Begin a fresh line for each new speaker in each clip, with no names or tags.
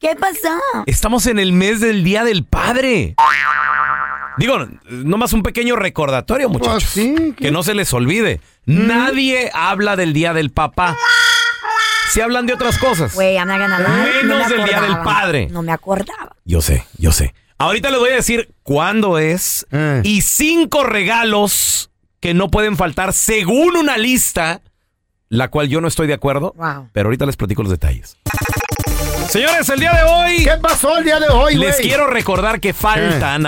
¿Qué pasó?
Estamos en el mes del Día del Padre. Digo, nomás un pequeño recordatorio, muchachos.
Pues sí,
Que no se les olvide. Nadie habla del Día del Papá. Se hablan de otras cosas.
Güey, ya me hagan
Menos del Día del Padre.
No me acordaba.
Yo sé, yo sé. Ahorita les voy a decir cuándo es
Eh.
y cinco regalos que no pueden faltar según una lista, la cual yo no estoy de acuerdo.
Wow.
Pero ahorita les platico los detalles. Señores, el día de hoy...
¿Qué pasó el día de hoy,
Les
güey? Eh.
quiero recordar que faltan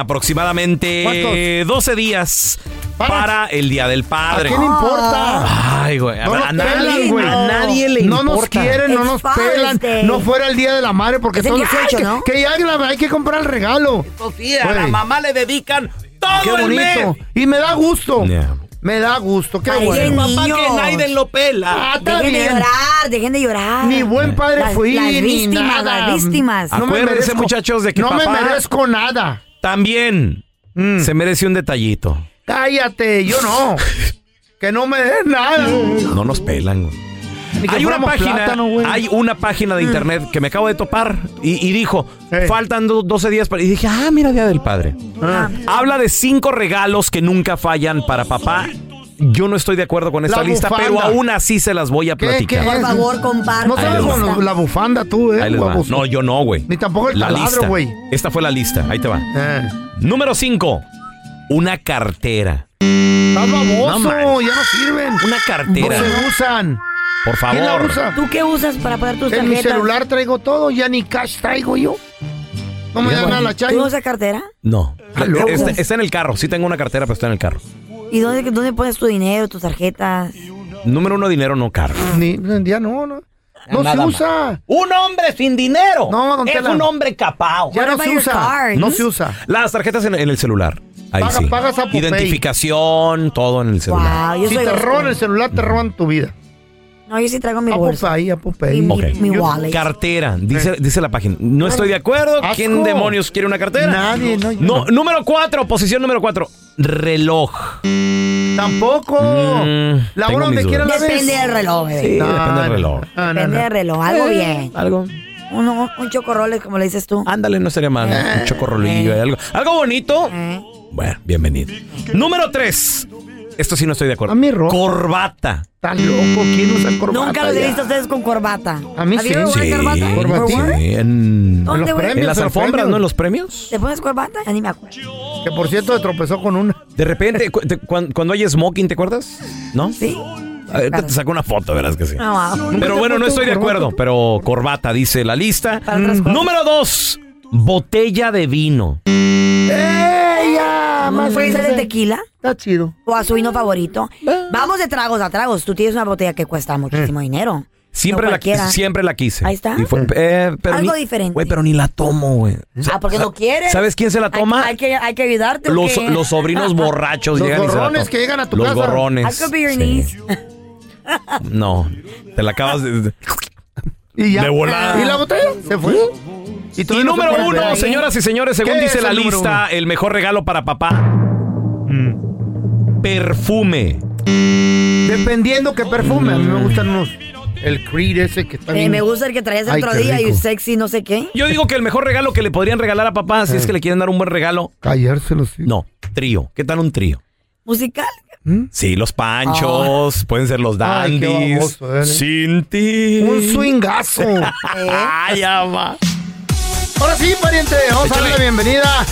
aproximadamente 12 días
Para-
para, el Día del
¿A
Padre.
quién le importa?
Ay, güey. A,
No
a
nos
nadie,
pelan, güey.
a nadie le
No nos
importa.
quieren, no
It's
nos
Father's
pelan.
Day.
No fuera el día de la madre porque
Es el
todo-
18,
Ay,
¿no?
Que, que ya la- hay que comprar el regalo.
a la
Güey.
mamá le dedican todo
Qué
el mes.
bonito. Y me da gusto.
Yeah.
Me da gusto. Qué
Ay, qué
bueno.
niños.
Papá que nadie lo pela.
Ah, está
Dejen de
bien.
llorar, dejen de llorar.
Ni buen padre
Las-
fui,
las
ni
víctimas,
nada.
las víctimas.
No me
Ah, Acuérdense,
merezco,
muchachos, de que
No me
papá-
merezco nada.
También
Mm.
se merece un detallito.
Cállate, yo no. que no me des nada.
No nos pelan, güey.
Ni que
Hay una,
fuéramos
página,
plátano, güey. Mm.
hay una página de internet que me acabo de topar y, y dijo,
Eh.
faltan do- 12 días para... Y dije, ah, mira, Día del Padre.
Ah.
Habla de cinco regalos que nunca fallan para papá. Yo no estoy de acuerdo con esta
La
lista,
bufanda.
pero aún así se las voy a
¿Qué,
platicar.
qué?
Por favor, compartan.
No
Ahí
sabes
les va.
con la bufanda tú, eh.
Ahí les va.
baboso.
No, yo no, güey.
Ni tampoco el
La
taladro,
lista.
güey.
Esta fue la lista. Ahí te va.
Eh.
Número 5. Una cartera.
Estás baboso,
No manches.
ya no sirven.
Una
No
cartera.
se usan.
Por
¿Quién la
favor.
usa?
¿Tú qué usas para pagar tus
En
tarjetas?
mi celular traigo todo, ya ni cash traigo yo. No me
Qué
dan nada
bueno.
la
¿Tú no
chayo.
usas cartera?
No.
Ah, loco.
Está, está en el carro. Sí tengo una cartera, pero está en el carro.
¿Y dónde, dónde pones tu dinero, tus tarjetas?
Número uno, dinero no carro.
Ni, ya no, no. No
Nada
se
más.
usa.
Un hombre sin dinero.
No, don Tela.
hombre capao.
Ya
What
no
about
se
your Hmm?
usa.
cards?
No se usa.
Las tarjetas en, en el celular. Ahí
Paga-
sí.
pagas Apple Pay.
Identificación, todo en el celular.
Wow, yo
Si
soy
te
old
roban
school.
el celular, te roban tu vida.
No, yo sí traigo mi
Apple
bolsa.
Pay, Apple
Y
Pay.
mi,
Ok.
mi wallet.
Cartera, dice, dice la página. No estoy de acuerdo.
Eh. Asco.
¿Quién demonios quiere una cartera?
Nadie, no, yo
No, número cuatro, posición número cuatro. Reloj.
Tampoco.
Mm,
la
tengo
hora donde
mis
quiera la
Depende
ves.
del reloj, bebé.
Sí,
No,
depende del
no,
reloj.
no, no,
Depende
no.
del reloj, algo bien.
Eh, Algo.
Un, un, chocorroles, como le dices tú.
Ándale, no sería mal.
Ah.
Un chocorrolillo, algo. Algo bonito.
¿Eh?
Bueno, Ah, bienvenido. Número tres. Esto sí no estoy de acuerdo.
A mí rojo.
Corbata.
Estás loco, ¿quién usa corbata?
Nunca los he
ya?
visto a ustedes con corbata.
A mí
¿Have
sí.
you ever worn
Sí.
corbata?
Corbatín.
¿Por what?
Sí, en,
¿Dónde,
los
güey?
premios.
en las
los
alfombras,
premios.
¿no? En los premios.
¿Te pones corbata? Ya ni me acuerdo.
Que por cierto se tropezó con una.
De repente, cu- te- cuan- cuando hay smoking, ¿te acuerdas? ¿No?
¿Sí?
Ah, Te, te saco una foto, verás que sí.
No, wow.
¿Nunca
Pero
te
bueno,
has
no
puesto
estoy de
corbata
acuerdo,
tú?
pero corbata dice la lista.
Para otras cosas.
Número dos, botella de vino.
¡Ella!
¿No ¿Fue esa de tequila?
Está chido.
¿O a su vino favorito?
Ah.
Vamos de tragos a tragos. Tú tienes una botella que
Eh.
cuesta muchísimo dinero.
Siempre,
No
la,
cualquiera.
quise- siempre la quise.
Ahí está.
Y
Mm.
fue- eh, pero
Algo
ni-
diferente.
Güey, pero ni la tomo, güey. O sea,
Ah, porque no
sa-
quieres.
¿Sabes quién se la
Hay-
toma?
Hay, que, hay que ayudarte. ¿o
los,
qué?
los sobrinos borrachos
Los
llegan y se la
gorrones
toman.
que llegan a tu
los
casa.
gorrones.
I could be your
Sí.
niece.
No, te la acabas de...
Y ya.
De volada.
¿Y la botella? Se fue. Y,
Y
todavía no se
número
puede
uno,
ver.
señoras y señores, según
¿Qué
dice
es
la
el número
lista, el mejor regalo para papá. Perfume.
Dependiendo qué perfume. A mí me gustan unos. El Creed ese que está
Eh,
bien.
me gusta el que traías el
Ay,
otro
qué
día y
rico.
sexy, no sé qué.
Yo digo que el mejor regalo que le podrían regalar a papá, si es
Eh.
que le quieren dar un buen regalo,
Callárselo, sí.
no, trío. ¿Qué tal un trío?
Musical.
Sí, los panchos,
Ah.
pueden ser los
Ay, qué
dandies.
baboso, ¿eh?
Sin ti.
Un swingazo.
Ay, ama.
Ahora sí, pariente. Vamos a darle
Échale.
la bienvenida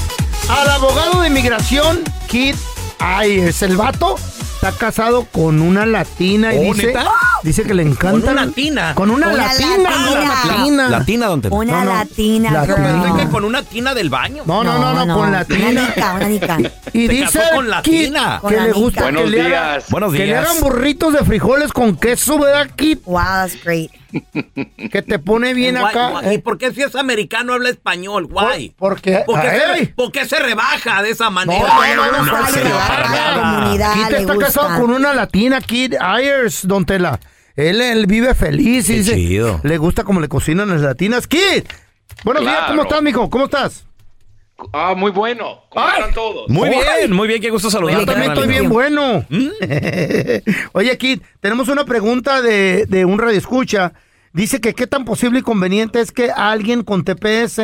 Al abogado de migración, Kid Ay, es el vato. Está casado con una latina y
Oh,
dice,
¿neta?
dice que le encanta.
una latina? Ah,
Con una,
Una
latina.
latina.
Latina.
Latina, don Tela.
Una
No, no.
latina.
Latina.
girl.
Pensé que
con una tina del baño.
No, no, no, no, con
Una
latina.
nica, una nica.
Y
Se
dice
casó con
Kid
latina.
Con
que
la
le
nica.
gusta que
Buenos
le, haga-
días.
Buenos
que le
días.
hagan burritos de frijoles con queso, ¿verdad, Kid?
Wow, that's great.
Que te pone bien
Guay,
acá.
guay.
eh,
¿Y por qué si es americano habla español? Guay.
Por- porque-
¿Por qué,
¡Ay!
se, por qué se rebaja de esa manera?
No, no, no, no,
Ay,
señor,
la
para nada.
comunidad
Kid
le
Eh, está
gusta.
casado con una latina, Kid Ayers, don Tela. Él, él vive feliz y
Qué
dice,
chido.
le gusta como le cocinan las latinas. Kid, buenos días,
Claro.
¿cómo estás, mijo? ¿Cómo estás?
Ah, muy bueno. ¿Cómo
Ay.
están todos?
Muy
Ay.
bien, muy bien, qué gusto Mm. saludarte.
Yo también estoy
carnalito.
bien bueno. Oye, Kid, tenemos una pregunta de, de un radio escucha. Dice que qué tan posible y conveniente es que alguien con TPS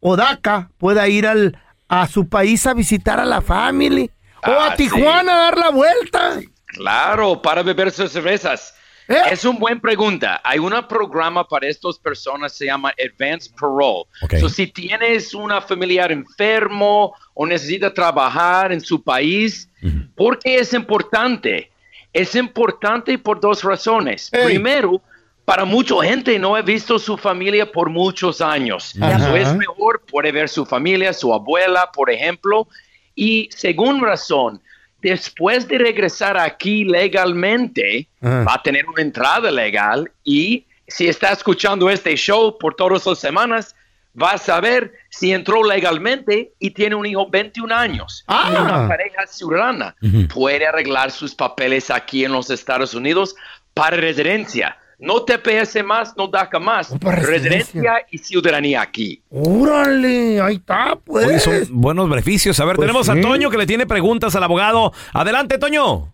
o DACA pueda ir al, a su país a visitar a la family o
Ah,
a
sí.
Tijuana a dar la vuelta.
Claro, para beber sus cervezas.
¿Eh?
Es una buena pregunta. Hay un programa para estas personas, se llama Advanced Parole.
Ok.
So, si tienes una familiar enfermo o necesita trabajar en su país, ¿por qué es importante? Es importante por dos razones.
Ey.
Primero, para mucha gente no he visto su familia por muchos años.
Ajá.
So, es mejor, puede ver su familia, su abuela, por ejemplo. Y según razón, después de regresar aquí legalmente,
Ajá.
va a tener una entrada legal y si está escuchando este show por todas las semanas, va a saber si entró legalmente y tiene un hijo 21 años.
Ah.
Una pareja ciudadana puede arreglar sus papeles aquí en los Estados Unidos para residencia. No TPS más, no DACA más.
Oh, para residencia.
residencia y ciudadanía aquí.
¡Órale! Ahí está, pues.
Oye, son buenos beneficios. A ver,
Pues
tenemos
sí.
a Toño que le tiene preguntas al abogado. Adelante, Toño.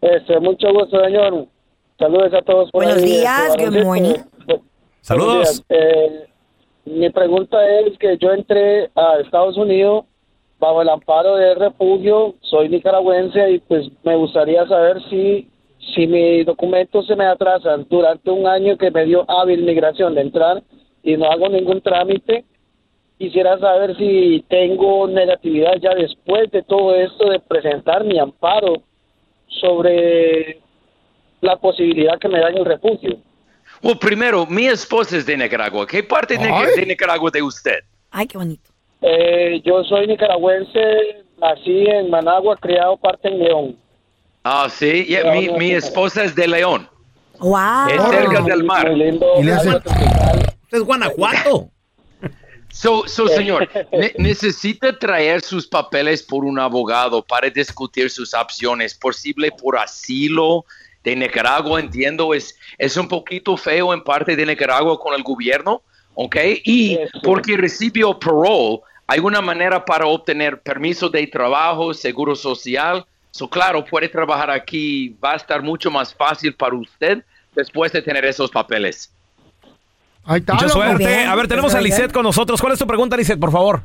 Este, mucho gusto, señor. Saludos a todos. por
Buenos
ahí,
días,
este,
good morning.
Bu-
Saludos.
buenos días. Eh, mi pregunta es que yo entré a Estados Unidos bajo el amparo de refugio, soy nicaragüense y pues me gustaría saber si si mis documentos se me atrasan durante un año que me dio hábil migración de entrar y no hago ningún trámite, quisiera saber si tengo negatividad ya después de todo esto de presentar mi amparo sobre la posibilidad que me dan el refugio.
Bueno, primero, mi esposa es de Nicaragua. ¿Qué parte de, Nic-
Ay.
de Nicaragua de usted?
Ay, qué bonito.
Eh, yo soy nicaragüense, nací en Managua, criado parte en León.
Ah, sí. ya,
No,
mi,
no,
mi
no.
esposa es de León.
Ah.
Wow.
Es cerca del mar.
Muy lindo.
Y le hace-
Este, Es Guanajuato.
So, so, señor, ne- necesita traer sus papeles por un abogado para discutir sus opciones, posible por asilo de Nicaragua, entiendo, es, es un poquito feo en parte de Nicaragua con el gobierno, ¿ok? Y
Eso.
porque recibió parole, hay una manera para obtener permiso de trabajo, seguro social, so, claro, puede trabajar aquí, va a estar mucho más fácil para usted después de tener esos papeles.
Ahí está.
Mucha
loco.
Muy
suerte.
bien,
A
pues,
ver, tenemos a
muy bien.
Lisette con nosotros. ¿Cuál es tu pregunta, Lisette, por favor?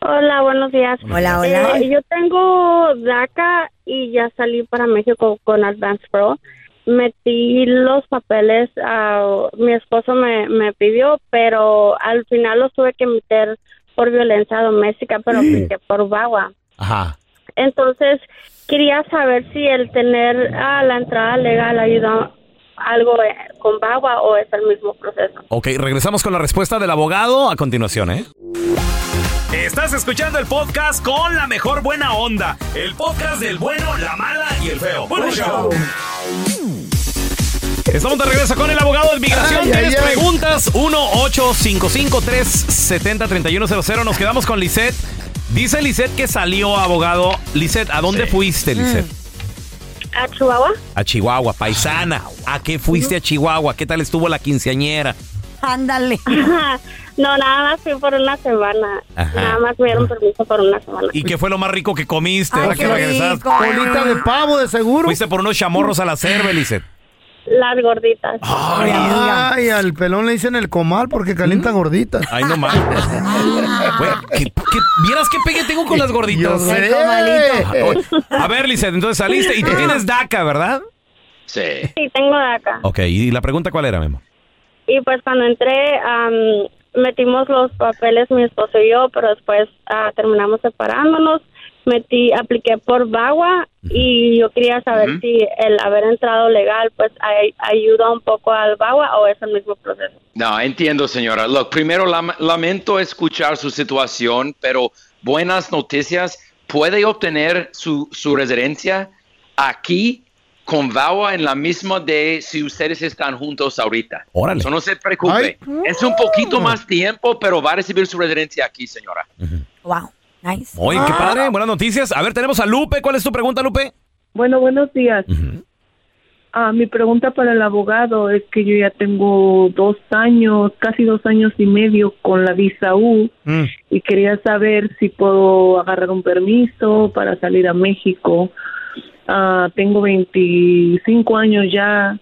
Hola, buenos días.
Hola, hola.
Eh, yo tengo DACA y ya salí para México con Advance Pro. Metí los papeles, ah, mi esposo me, me pidió, pero al final los tuve que meter por violencia doméstica, pero apliqué por VAWA.
Ajá.
Entonces, quería saber si el tener ah, la entrada legal ayuda algo eh, con VAWA o es el mismo proceso.
Ok, regresamos con la respuesta del abogado a continuación, ¿eh? Estás escuchando el podcast con la mejor buena onda. El podcast del bueno, la mala y el feo. Bueno, show. Estamos de regreso con el abogado de migración.
Ay,
¿Tienes
ay, ay.
preguntas? 1-855-370-3100. Nos quedamos con Lisette. Dice Lisette que salió abogado. Lisette, ¿a dónde fuiste, Lisette?
Mm.
¿A Chihuahua?
A Chihuahua, paisana. ¿A qué fuiste a Chihuahua? ¿Qué tal estuvo la quinceañera?
Ándale.
No, nada más fui por una semana.
Ajá.
Nada más me dieron permiso por una semana.
¿Y qué fue lo más rico que comiste?
Ay,
¿A qué
qué
regresaste?
rico.
Colita de pavo, de seguro.
Fuiste por unos chamorros a la cerve, Lisset.
Las gorditas.
Ay, ay, al pelón le dicen el comal porque calienta gorditas.
¿Mm? Ay, no más. Güey, ¿qué- qué- ¿Vieras qué pegue tengo con las gorditas?
Yo sé.
El comalito.
A ver, Lisset, entonces saliste y tú tienes DACA, ¿verdad?
Sí.
Sí, tengo DACA.
Ok, y la pregunta cuál era, Memo.
Y pues cuando entré, am, metimos los papeles mi esposo y yo, pero después ah, terminamos separándonos. Metí, apliqué por Bagua y yo quería saber
Ujú.
si el haber entrado legal pues ay- ayuda un poco al Bagua o es el mismo proceso.
No, entiendo, señora. Look, primero, lam- lamento escuchar su situación, pero buenas noticias. Puede obtener su, su residencia aquí con VAWA en la misma de si ustedes están juntos ahorita.
Órale.
So, no se preocupe. es un poquito más tiempo, pero va a recibir su residencia aquí, señora.
Wow, nice.
Oye,
Ah.
qué padre, buenas noticias. A ver, tenemos a Lupe. ¿Cuál es tu pregunta, Lupe?
Bueno, buenos días. Ah, mi pregunta para el abogado es que yo ya tengo dos años, casi dos años y medio con la visa U
Mm.
y quería saber si puedo agarrar un permiso para salir a México. Ah, tengo 25 años ya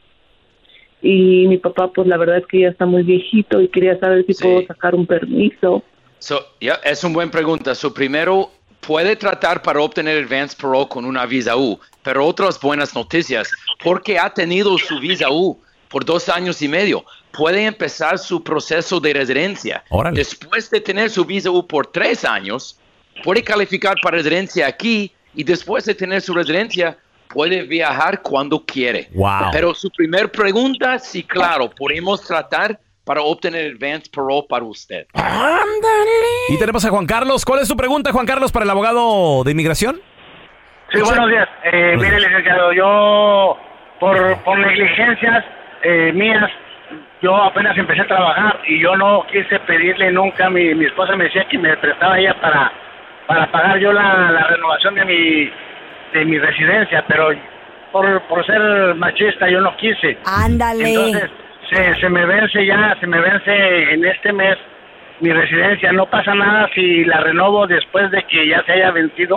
y mi papá, pues la verdad es que ya está muy viejito y quería saber si
Sí.
puedo sacar un permiso.
So, yeah, es una buena pregunta. So, primero, puede tratar para obtener Advance Parole con una visa U, pero otras buenas noticias, porque ha tenido su visa U por dos años y medio, puede empezar su proceso de residencia.
Órale.
Después de tener su visa U por tres años, puede calificar para residencia aquí y después de tener su residencia, puede viajar cuando quiere.
Wow.
Pero su primer pregunta, sí, claro, podemos tratar para obtener Advance Parole para usted.
Y tenemos a Juan Carlos. ¿Cuál es tu pregunta, Juan Carlos, para el abogado de inmigración?
Sí, buenos días. Eh, mire, licenciado, yo por, por negligencias eh, mías, yo apenas empecé a trabajar y yo no quise pedirle nunca, mi, mi esposa me decía que me prestaba ella para, para pagar yo la, la renovación de mi, de mi residencia, pero por, por ser machista yo no quise. Entonces,
Ándale.
se, se me vence ya, se me vence en este mes mi residencia. No pasa nada si la renovo después de que ya se haya vencido.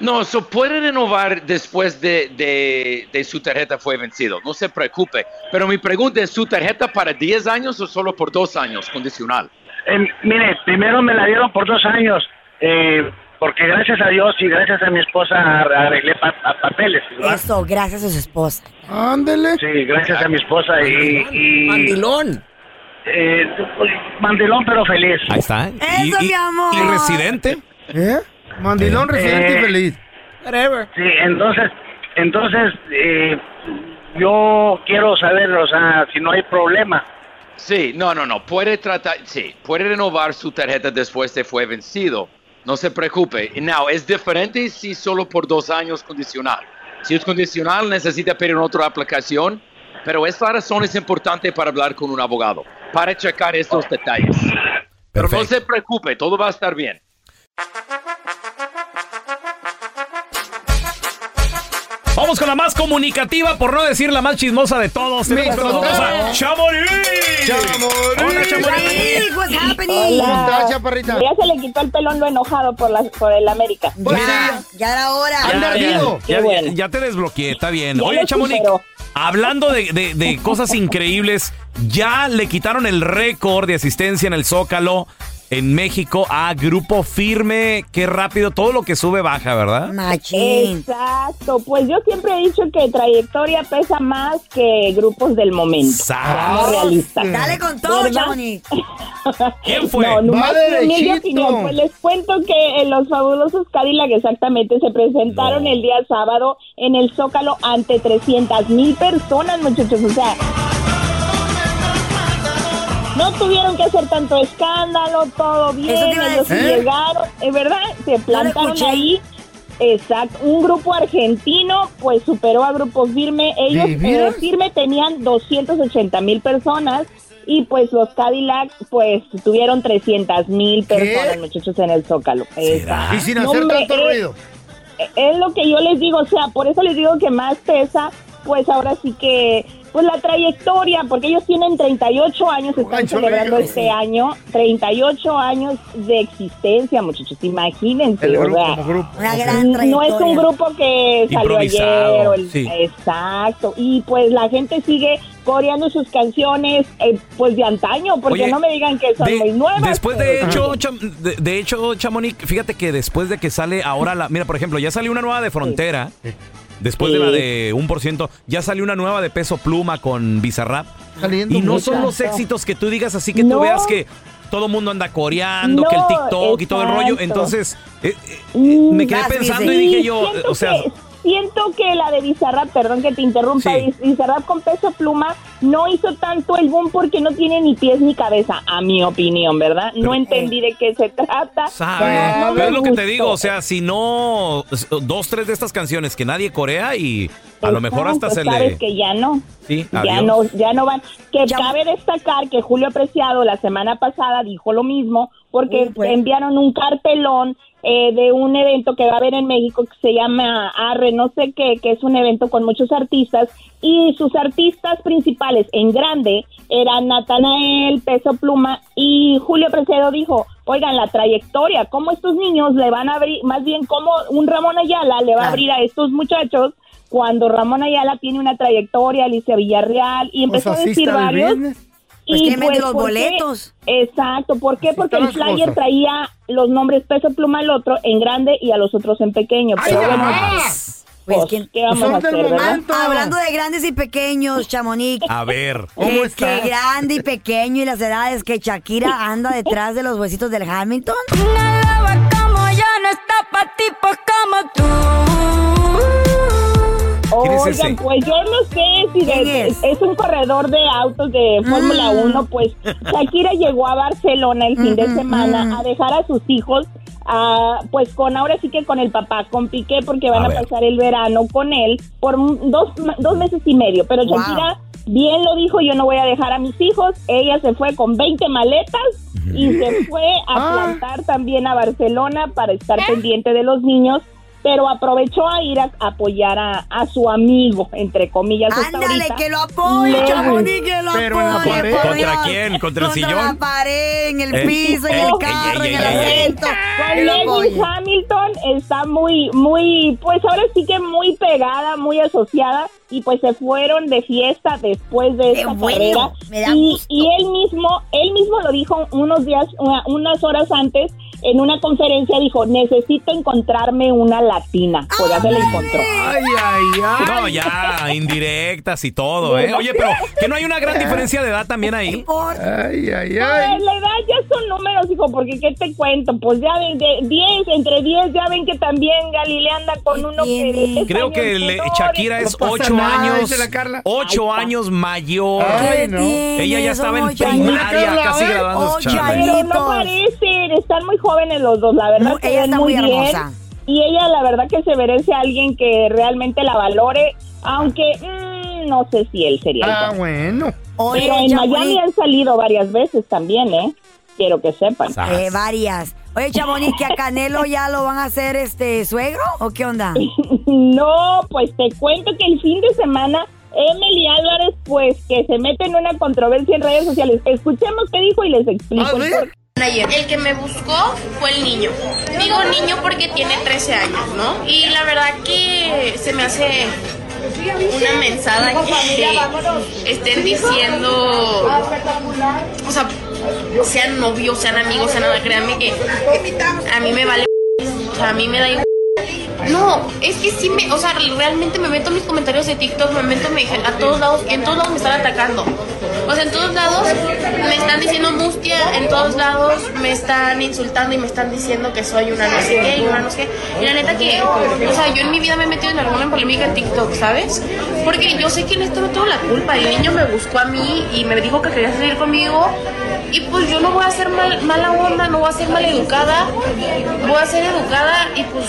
No, se puede renovar después de, de- de su tarjeta fue vencido. No se preocupe. Pero mi pregunta es, ¿su tarjeta para 10 años o solo por 2 años condicional?
Eh, mire, primero me la dieron por dos años, eh, porque gracias a Dios y gracias a mi esposa ar- arreglé pa- pa- papeles. ¿verdad?
Eso, gracias a su esposa.
Ándele.
Sí, gracias a mi esposa y... y-
Mandilón.
eh, mandilón pero feliz.
Ahí está.
Eso, mi amor.
Y residente.
¿Eh? Mandilón, residente y
Eh.
feliz.
Sí, entonces, entonces eh, yo quiero saber, o sea, si no hay problema.
Sí, no, no, no. Puede tratar, sí, puede renovar su tarjeta después de fue vencido. No se preocupe. Now, es diferente si solo por 2 años condicional. Si es condicional, necesita pedir otra aplicación. Pero esta razón es importante para hablar con un abogado, para checar estos detalles. Pero no
Perfecto.
se preocupe, todo va a estar bien.
Vamos con la más comunicativa, por no decir la más chismosa de todos. Tenemos con nosotros a Chamonix.
Chamonix.
Hola, Chamonix.
Hey, what's happening?
¿Cómo estás, chaparrita?
Ya se le quitó el pelón lo enojado por, la, por el América.
Pues
Ya,
sí,
ya era
Ya,
hora.
ya. Perdido.
Ya,
Qué
ya-
bueno.
ya te desbloqueé, está bien.
Ya
Oye,
lo
Chamonix,
superó.
hablando de, de- de cosas increíbles, ya le quitaron el récord de asistencia en el Zócalo en México a Grupo Firme. Qué rápido, todo lo que sube baja, ¿verdad?
Machín.
Exacto, pues yo siempre he dicho que trayectoria pesa más que grupos del momento.
Sa-
Seamos realistas.
Dale con todo,
¿Verdad?
Chamonix.
¿Quién fue?
No,
Va
nomás mi humilde
derechito.
opinión. Pues les cuento que eh, los fabulosos Cadillac exactamente se presentaron el día sábado en el Zócalo ante 300 mil personas, muchachos. O sea, no tuvieron que hacer tanto escándalo, todo bien.
Eso te iba a
Ellos
decir.
llegaron, es verdad, se plantaron
escuché.
ahí. Exacto, un grupo argentino pues superó a Grupo Firme. Ellos
¿De veras?
eh, firme tenían 280 mil personas y pues los Cadillac pues tuvieron 300 mil
¿Qué?
personas muchachos en el Zócalo.
¿Será?
Y sin
No,
hacer
hombre,
tanto
eh.
ruido.
Es, es lo que yo les digo, o sea, por eso les digo que más pesa pues ahora sí que pues la trayectoria, porque ellos tienen 38 años, están
Pancho,
celebrando
dígame.
este año, 38 años de existencia muchachos, imagínense,
El grupo,
o sea,
como grupo.
Una gran
Mm, No es un
trayectoria.
grupo que salió
Improvisado,
ayer. o el-
sí.
Exacto. Y pues la gente sigue coreando sus canciones eh, pues de antaño, porque
Oye,
no me digan que son
De-
muy nuevas.
después de
pero-
hecho, Cham- de, de hecho, Chamonix, fíjate que después de que sale ahora la. Mira, por ejemplo, ya salió una nueva de Frontera. Después de la de un por ciento, ya salió una nueva de peso pluma con Bizarrap.
Saliendo
y no
mucho.
son los éxitos que tú digas, así que tú
No.
veas que todo el mundo anda coreando, que el
No,
TikTok y todo el rollo.
exacto.
Entonces, eh, eh, me quedé
Vas,
pensando y
dice.
dije
Sí,
yo,
siento
o sea,
que- Siento que la de Bizarrap, perdón que te interrumpa,
Sí.
Bizarrap con peso pluma no hizo tanto el boom porque no tiene ni pies ni cabeza, a mi opinión, ¿verdad? no entendí de qué se trata.
eh, sabe,
No me
pero es lo que te
gustó.
digo, o sea, si no, s- dos, tres de estas canciones que nadie corea y a lo mejor hasta
Exacto,
se
pues sabes
le...
que ya no.
Sí,
Ya
adiós.
no, ya no van. Que cabe destacar que Julio Apreciado la semana pasada dijo lo mismo porque enviaron un cartelón eh, de un evento que va a haber en México que se llama Arre no sé qué, que es un evento con muchos artistas y sus artistas principales en grande eran Natanael, Peso Pluma y Julio Apreciado dijo, oigan, la trayectoria, cómo estos niños le van a abrir, más bien cómo un Ramón Ayala le va a abrir a estos muchachos cuando Ramón Ayala tiene una trayectoria, Alicia Villarreal, y empezó
Pues
a
así
decir
está el
varios.
business. Pues que vende los
¿por qué?
boletos.
Exacto, ¿por qué? Porque
están
el
las
flyer
cosas.
traía los nombres peso pluma al otro en grande y a los otros en pequeño. Pero bueno, pues, ¿qué vamos a hacer, verdad?
Ah, Hablando de grandes y pequeños, Chamonix.
A ver.
Que, que grande y pequeño y las edades que Shakira anda detrás de los huesitos del Hamilton. Una loba como yo no está para tipos como tú.
¿Quién es
Oigan,
ese?
pues yo no sé si de-
¿Quién
es? un corredor de autos de Fórmula 1, pues Shakira llegó a Barcelona el fin de semana a dejar a sus hijos, ah, pues con ahora sí que con el papá, con Piqué, porque van
A
a,
ver.
pasar el verano con él por un- dos, dos meses y medio. Pero
Wow.
Shakira bien lo dijo, yo no voy a dejar a mis hijos. Ella se fue con 20 maletas y se fue a plantar también a Barcelona para estar pendiente de los niños, pero aprovechó a ir a apoyar a, a su amigo, entre comillas. hasta
Ándale,
ahorita.
que lo apoye,
Lewis.
Chamonix, que lo
Pero en la
apoye.
pared.
por
¿Contra
Dios.
quién? ¿Contra
Contra
el sillón?
la pared, en el
Eh,
piso, en
eh,
el
ey,
carro,
ey,
en el
ey, ey.
asiento.
Con
Que lo
Lewis
apoye.
Pues Hamilton está muy, muy, pues ahora sí que muy pegada, muy asociada y pues se fueron de fiesta después de esta
bueno,
carrera
me da
y, y él mismo, él mismo lo dijo unos días, una- unas horas antes en una conferencia dijo necesito encontrarme una latina, pues ya se la encontró.
Ay, ay, ay.
No, ya, indirectas y todo, ¿eh? Oye, pero que no hay una gran diferencia de edad también ahí.
Ay, ay,
Pues, la edad ya son números, hijo, porque ¿qué te cuento? Pues ya de, de 10, entre 10 ya ven que también Galilea anda con uno que... es
Creo que
español eh,
le- Shakira es
No pasa
ocho
nada,
años,
dice la Carla.
ocho años mayor.
Ay, no.
tiene?
Ella ya estaba en
Son ocho años.
primaria,
Mira, Carla,
casi
¿eh?
grabando
Ocho
sus charlas.
años.
Pero no parecen, están muy jóvenes los dos, la verdad.
Mu-
se
ella
ven
está muy
bien.
hermosa.
Y ella, la verdad, que se merece a alguien que realmente la valore, aunque mm, no sé si él sería. el
Ah,
caso.
bueno.
Oye,
Pero en
Chamonix.
Miami han salido varias veces también, ¿eh? Quiero que sepan.
Eh, varias. Oye, Chamonix, que a Canelo ya lo van a hacer este suegro o qué onda?
No, pues te cuento que el fin de semana Emily Álvarez, pues que se mete en una controversia en redes sociales. Escuchemos qué dijo y les explico. el por qué.
Ayer. El que me buscó fue el niño. Digo niño porque tiene 13 años, ¿no? Y la verdad que se me hace una mensada que estén diciendo, o sea, sean novios, sean amigos, sean nada, créanme que a mí me vale, o sea, a mí me da igual. No, es que sí me, o sea, realmente me meto en mis comentarios de TikTok, me meto me, a todos lados, en todos lados me están atacando. O sea, en todos lados me están diciendo mustia, en todos lados me están insultando y me están diciendo que soy una no sé qué y una no sé qué. Y la neta que, o sea, yo en mi vida me he metido en alguna polémica en TikTok, ¿sabes? Porque yo sé que en esto no tengo la culpa. El niño me buscó a mí y me dijo que quería salir conmigo. Y pues yo no voy a ser mal, mala onda, no voy a ser mal educada. Voy a ser educada y pues.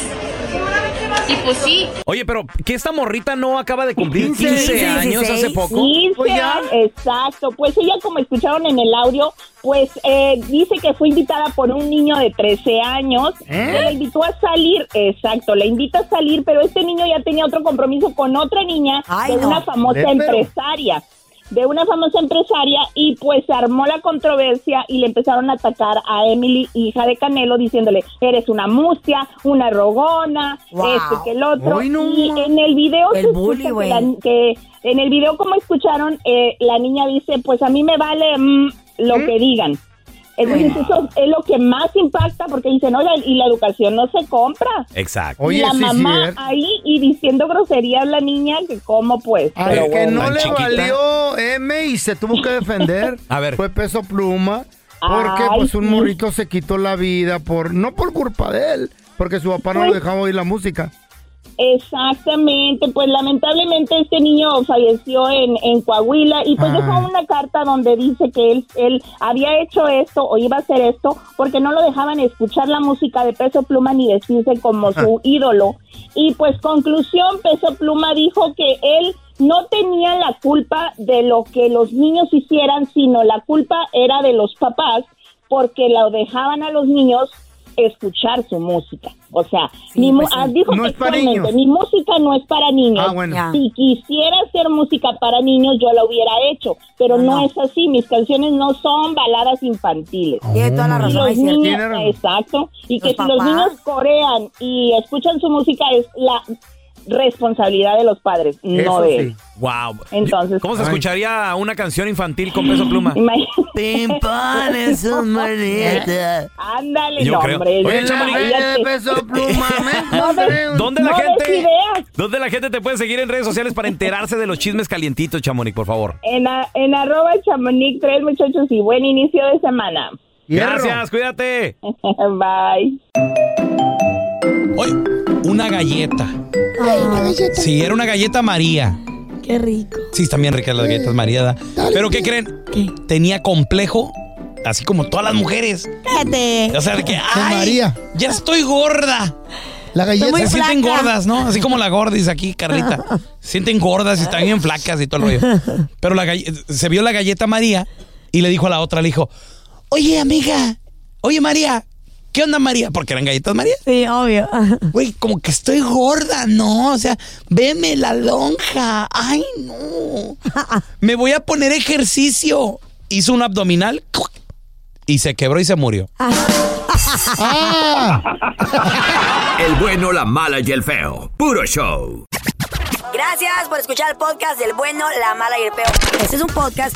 Y pues sí,
Oye, pero que esta morrita no acaba de cumplir 15,
15
años hace poco.
15,
Pues
exacto. Pues ella, como escucharon en el audio, pues eh, dice que fue invitada por un niño de 13 años.
¿Eh?
que La invitó a salir, exacto, la invita a salir, pero este niño ya tenía otro compromiso con otra niña de
no.
una famosa
Le- pero-
empresaria. De una famosa empresaria y pues se armó la controversia y le empezaron a atacar a Emily, hija de Canelo, diciéndole, eres una mustia, una rogona,
Wow.
este que el otro.
Hoy no.
Y en el video
El
se escucha
bully,
que
güey.
la- que en el video como escucharon eh, la niña dice pues a mí me vale mm, lo que digan Entonces, eso es lo que más impacta porque dicen, oiga, y la educación no se compra.
Exacto.
la mamá ahí y diciendo groserías la niña, que cómo pues.
A ver,
Pero
Ah, que
bueno.
no
tan
le
chiquita.
valió M y se tuvo que defender.
A ver.
Fue peso pluma. Porque
Ay,
pues un
sí.
morrito se quitó la vida por no por culpa de él, porque su papá no le dejaba oír la música.
Exactamente, pues lamentablemente este niño falleció en, en Coahuila y pues
Ah.
dejó una carta donde dice que él, él había hecho esto o iba a hacer esto porque no lo dejaban escuchar la música de Peso Pluma ni decirse como su ídolo. Y pues conclusión, Peso Pluma dijo que él no tenía la culpa de lo que los niños hicieran, sino la culpa era de los papás porque lo dejaban a los niños escuchar su música. O sea, mi mu-
pues sí.
ah, dijo
No es para
textualmente,
niños.
mi música no es para niños.
Ah, bueno. Ya.
Si quisiera hacer música para niños, yo la hubiera hecho, pero no, es así. Mis canciones no son baladas infantiles.
Tiene toda
Oh.
la
Y
razón,
los
es cierto.
niños-
Tiene razón.
exacto. Y
Los
que si los
papás.
niños corean y escuchan su música es la responsabilidad de los padres, no de él.
Wow.
Entonces-
¿Cómo se
Ay.
escucharía una canción infantil con peso pluma?
Imagínate.
es un
¿Eh?
manita.
Ándale,
Yo
no,
creo.
hombre.
Oye,
yo-
Chamonix.
Cállate. No des-
¿Dónde la
no des
gente?
ideas.
¿Dónde la gente te puede seguir en redes sociales para enterarse de los chismes calientitos, Chamonix, por favor?
En, a- en arroba chamonix tres muchachos y buen inicio de semana.
Gracias, cuídate.
Bye.
Una galleta. Sí, era una galleta María.
Qué rico.
Sí, están bien ricas las galletas María. ¿da? Pero Eh, ¿qué creen? Tenía complejo, así como todas las mujeres.
Cállate.
O sea, de que, ay,
María.
ya estoy gorda.
La
galleta-
Se
Estoy muy
sienten
flaca.
gordas, ¿no? Así como la gorda dice aquí, Carlita. Se sienten gordas y están bien flacas y todo el rollo. Pero la galle- se vio la galleta María y le dijo a la otra, le dijo, Oye, amiga. Oye, María. ¿Qué onda, María? Porque eran galletas María.
Sí, obvio.
Güey, como que estoy gorda, ¿no? O sea, veme la lonja. Ay, no. Me voy a poner ejercicio. Hizo un abdominal ¡cuac! y se quebró y se murió.
Ah.
El bueno, la mala y el feo. Puro show.
Gracias por escuchar el podcast del bueno, la mala y el peor. Este es un podcast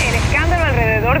El escándalo alrededor